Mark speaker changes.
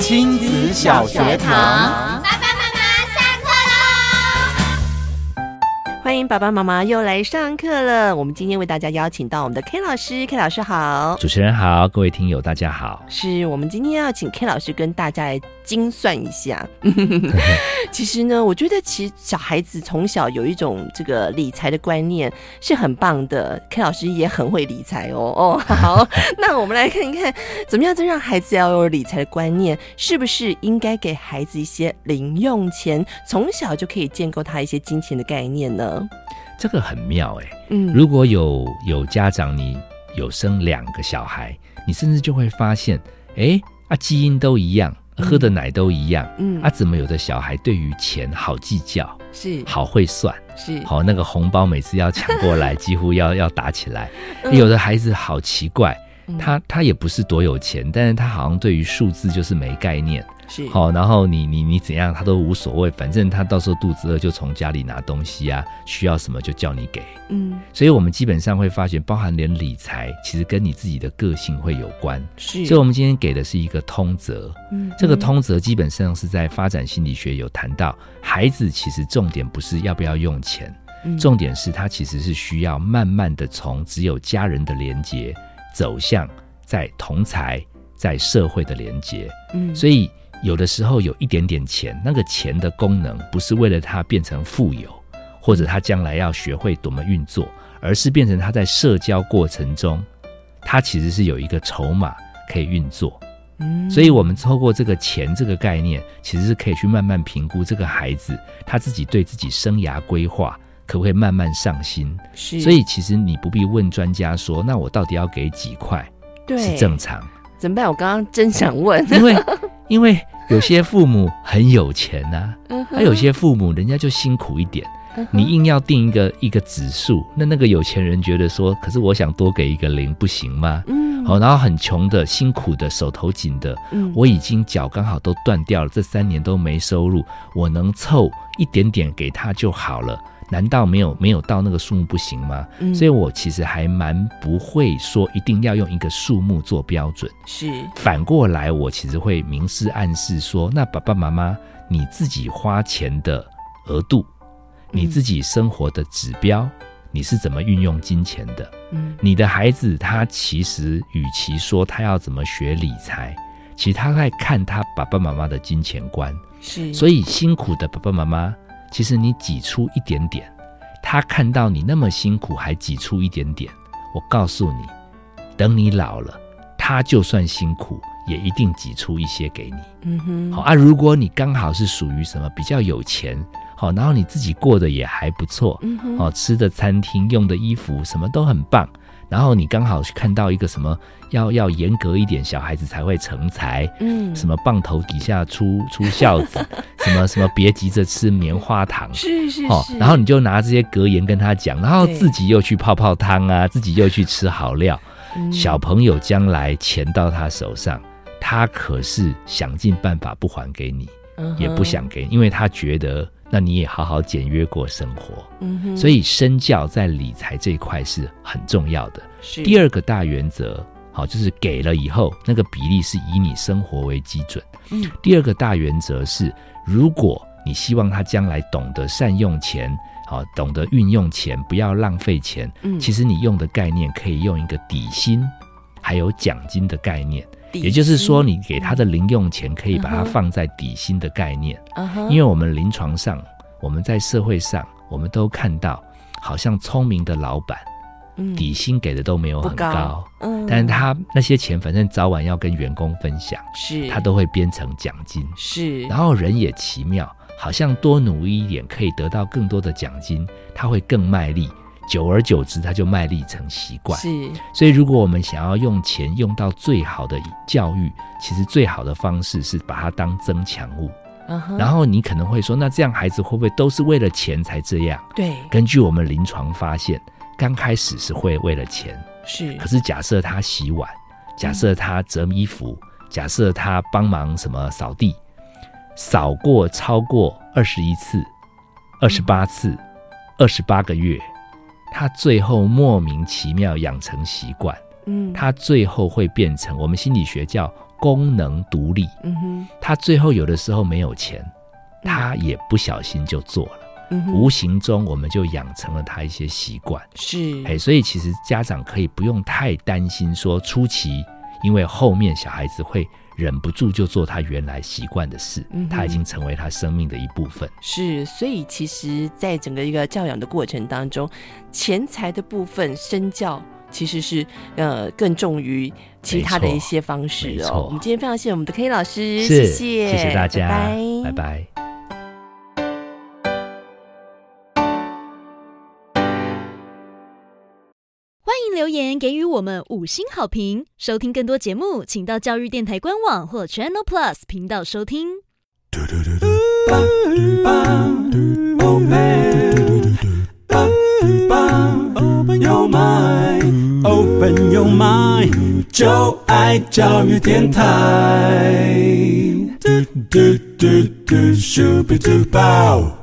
Speaker 1: 亲子小学堂，
Speaker 2: 爸爸妈妈上课喽！
Speaker 3: 欢迎爸爸妈妈又来上课了。我们今天为大家邀请到我们的 K 老师，K 老师好。
Speaker 4: 主持人好，各位听友大家好。
Speaker 3: 是我们今天要请 K 老师跟大家来精算一下。其实呢，我觉得其实小孩子从小有一种这个理财的观念是很棒的。K 老师也很会理财哦。哦，好， 那我们来看一看，怎么样子让孩子要有理财的观念？是不是应该给孩子一些零用钱，从小就可以建构他一些金钱的概念呢？
Speaker 4: 这个很妙哎、
Speaker 3: 嗯，
Speaker 4: 如果有有家长你有生两个小孩，你甚至就会发现，哎啊，基因都一样，喝的奶都一样，
Speaker 3: 嗯
Speaker 4: 啊，怎么有的小孩对于钱好计较，
Speaker 3: 是
Speaker 4: 好会算，
Speaker 3: 是
Speaker 4: 好那个红包每次要抢过来，几乎要要打起来。有的孩子好奇怪，
Speaker 3: 嗯
Speaker 4: 他他也不是多有钱，但是他好像对于数字就是没概念。
Speaker 3: 是
Speaker 4: 好、然后你你你怎样，他都无所谓，反正他到时候肚子饿就从家里拿东西啊，需要什么就叫你给。
Speaker 3: 嗯
Speaker 4: 所以我们基本上会发觉，包含连理财，其实跟你自己的个性会有关。
Speaker 3: 是，
Speaker 4: 所以，我们今天给的是一个通则。
Speaker 3: 嗯
Speaker 4: 这个通则基本上是在发展心理学有谈到，孩子其实重点不是要不要用钱，
Speaker 3: 嗯
Speaker 4: 重点是他其实是需要慢慢的从只有家人的连结走向在同才、在社会的连结。
Speaker 3: 嗯
Speaker 4: 所以有的时候有一点点钱，那个钱的功能不是为了他变成富有，或者他将来要学会怎么运作，而是变成他在社交过程中，他其实是有一个筹码可以运作。
Speaker 3: 嗯
Speaker 4: 所以，我们透过这个钱这个概念，其实是可以去慢慢评估这个孩子他自己对自己生涯规划可不可以慢慢上心。
Speaker 3: 是
Speaker 4: 所以，其实你不必问专家说，那我到底要给几块是
Speaker 3: 对
Speaker 4: 正常。
Speaker 3: 怎么办？我刚刚真想问，
Speaker 4: 因为因为有些父母很有钱呐、
Speaker 3: 嗯
Speaker 4: 啊，有些父母人家就辛苦一点，
Speaker 3: 嗯哼
Speaker 4: 你硬要定一个一个指数，那那个有钱人觉得说，可是我想多给一个零不行吗？
Speaker 3: 嗯
Speaker 4: 好、然后很穷的、辛苦的、手头紧的，
Speaker 3: 嗯
Speaker 4: 我已经脚刚好都断掉了，这三年都没收入，我能凑一点点给他就好了。难道没有没有到那个数目不行吗？
Speaker 3: 嗯
Speaker 4: 所以我其实还蛮不会说一定要用一个数目做标准。
Speaker 3: 是
Speaker 4: 反过来，我其实会明示暗示说，那爸爸妈妈你自己花钱的额度，你自己生活的指标，你是怎么运用金钱的？
Speaker 3: 嗯
Speaker 4: 你的孩子他其实与其说他要怎么学理财，其实他在看他爸爸妈妈的金钱观。
Speaker 3: 是，
Speaker 4: 所
Speaker 3: 以
Speaker 4: 以辛苦的爸爸妈妈，其实你挤出一点点，他看到你那么辛苦还挤出一点点，我告诉你，等你老了，他就算辛苦，也一定挤出一些给你。
Speaker 3: 嗯哼
Speaker 4: 好、啊，如果你刚好是属于什么比较有钱，好、然后你自己过得也还不错，
Speaker 3: 嗯哼
Speaker 4: 哦，吃的餐厅、用的衣服什么都很棒。然后你刚好看到一个什么，要要严格一点，小孩子才会成才，
Speaker 3: 嗯
Speaker 4: 什么棒头底下出出孝 子，什么什么别急着吃棉花糖。
Speaker 3: 是是
Speaker 4: 哦
Speaker 3: 是，，
Speaker 4: 然后你就拿这些格言跟他讲，然后
Speaker 3: 对
Speaker 4: 自己又去泡泡汤啊，自己又去吃好料。
Speaker 3: 嗯
Speaker 4: 小朋友将来钱到他手上，他可是想尽办法不还给你，
Speaker 3: 嗯
Speaker 4: 也不，想给你，因为他觉得那你也好好简约过生活。
Speaker 3: 嗯哼，
Speaker 4: 所
Speaker 3: 以
Speaker 4: 以身教在理财这一块是很重要的。
Speaker 3: 是
Speaker 4: 第
Speaker 3: 二
Speaker 4: 二个大原则，好，就是给了以后，那个比例是以你生活为基准。
Speaker 3: 嗯，
Speaker 4: 第二个大原则是，如果你希望他将来懂得善用钱，好，懂得运用钱，不要浪费钱，
Speaker 3: 嗯
Speaker 4: 其实你用的概念可以用一个底薪，还有奖金的概念，也就是说，，你给他的零用钱可以把它
Speaker 3: 嗯哼
Speaker 4: 放在底薪的概念。因
Speaker 3: 为
Speaker 4: 为我们临床上，我们在社会上，我们都看到，好像聪明的老板底薪给的都没有很
Speaker 3: 不
Speaker 4: 高，
Speaker 3: 高嗯
Speaker 4: 但是他那些钱反正早晚要跟员工分享，
Speaker 3: 是
Speaker 4: 他都会编成奖金。
Speaker 3: 是，
Speaker 4: 然后人也奇妙，好像多努力一点可以得到更多的奖金，他会更卖力。久而久之，他就卖力成习惯。
Speaker 3: 是
Speaker 4: 所以，如果我们想要用钱用到最好的教育，其实最好的方式是把它当增强物。
Speaker 3: 嗯哼，
Speaker 4: 然后你可能会说，那这样孩子会不会都是为了钱才这样？
Speaker 3: 对
Speaker 4: 根据我们临床发现，刚开始是会为了钱，
Speaker 3: 是
Speaker 4: 可是假设他洗碗，假设他折衣服，假设他帮忙什么扫地，扫过超过二十一次、二十八次、二十八个月，他最后莫名其妙养成习惯，
Speaker 3: 嗯
Speaker 4: 他最后会变成我们心理学叫功能独立，
Speaker 3: 嗯哼，
Speaker 4: 他最后有的时候没有钱，他也不小心就做了，
Speaker 3: 嗯哼，
Speaker 4: 无形中我们就养成了他一些习惯。
Speaker 3: 是，
Speaker 4: 哎，所以其实家长可以不用太担心说初期，因为后面小孩子会忍不住就做他原来习惯的事
Speaker 3: 嗯哼，
Speaker 4: 他已经成为他生命的一部分。
Speaker 3: 是，所以其实，在整个一个教养的过程当中，钱财的部分身教其实是呃更重于其他的
Speaker 4: 没错
Speaker 3: 一些方式
Speaker 4: 没
Speaker 3: 哦
Speaker 4: 错。
Speaker 3: 我们今天非常谢谢我们的 K 老师，
Speaker 4: 是，
Speaker 3: 嗯谢，
Speaker 4: 谢大家，
Speaker 3: 拜
Speaker 4: 拜拜
Speaker 5: 欢迎留言给予我们五星好评。收听更多节目，请到教育电台官网或 Channel Plus 频道收听。
Speaker 6: Oh man, open your mind, open your mind，就爱教育电台。嘟嘟嘟嘟，Super Duper。